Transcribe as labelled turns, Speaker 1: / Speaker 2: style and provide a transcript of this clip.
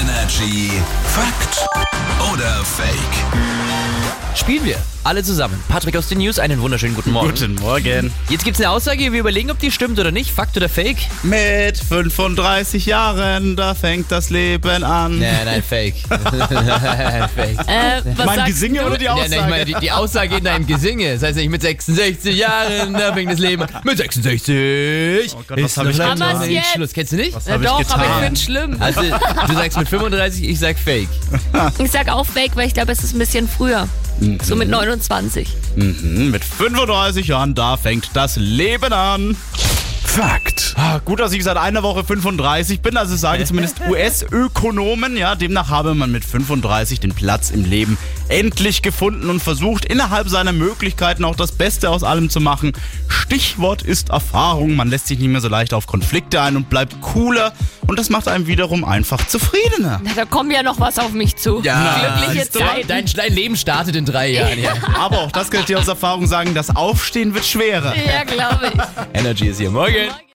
Speaker 1: Energy Fakt oder Fake?
Speaker 2: Spielen wir alle zusammen. Patrick aus den News, einen wunderschönen guten Morgen.
Speaker 3: Guten Morgen.
Speaker 2: Jetzt gibt's eine Aussage, wir überlegen, ob die stimmt oder nicht. Fakt oder Fake?
Speaker 3: Mit 35 Jahren, da fängt das Leben an.
Speaker 2: Nein, nein, Fake. fake.
Speaker 4: Äh, was
Speaker 3: Mein
Speaker 4: sagst
Speaker 3: Gesinge
Speaker 4: du?
Speaker 3: oder die
Speaker 2: Ja,
Speaker 3: Aussage?
Speaker 2: nein, ich meine, die, die Aussage in deinem Gesinge. Das heißt nicht mit 66 Jahren, da fängt das Leben an. Mit 66.
Speaker 3: Oh Gott, was hab ich
Speaker 2: noch
Speaker 3: getan?
Speaker 2: lange
Speaker 4: Aber
Speaker 2: nicht
Speaker 4: jetzt-
Speaker 2: Schluss. Kennst du nicht?
Speaker 3: Was
Speaker 4: Ja,
Speaker 3: hab ich
Speaker 4: Äh, doch, aber ich
Speaker 3: getan?
Speaker 4: find's schlimm.
Speaker 2: Also, du sagst mit 35, ich sag Fake.
Speaker 4: Ich sag auch Fake, weil ich glaube, es ist ein bisschen früher.
Speaker 3: Hm.
Speaker 4: So mit 29.
Speaker 3: Mhm, Mit 35 Jahren, da fängt das Leben an.
Speaker 1: Fakt.
Speaker 3: Ah, Gut, dass ich seit einer Woche 35 bin, also sagen zumindest US-Ökonomen, ja, demnach habe man mit 35 den Platz im Leben endlich gefunden und versucht, innerhalb seiner Möglichkeiten auch das Beste aus allem zu machen. Stichwort ist Erfahrung, man lässt sich nicht mehr so leicht auf Konflikte ein und bleibt cooler und das macht einem wiederum einfach zufriedener.
Speaker 4: Na, da kommt ja noch was auf mich zu. Glückliche
Speaker 2: dein,
Speaker 4: Zeiten.
Speaker 2: dein, dein Leben startet in drei Jahren. Ja.
Speaker 3: Aber auch das kann ich dir aus Erfahrung sagen, das Aufstehen wird schwerer.
Speaker 4: Ja, glaube ich.
Speaker 2: Energy ist hier. Morgen.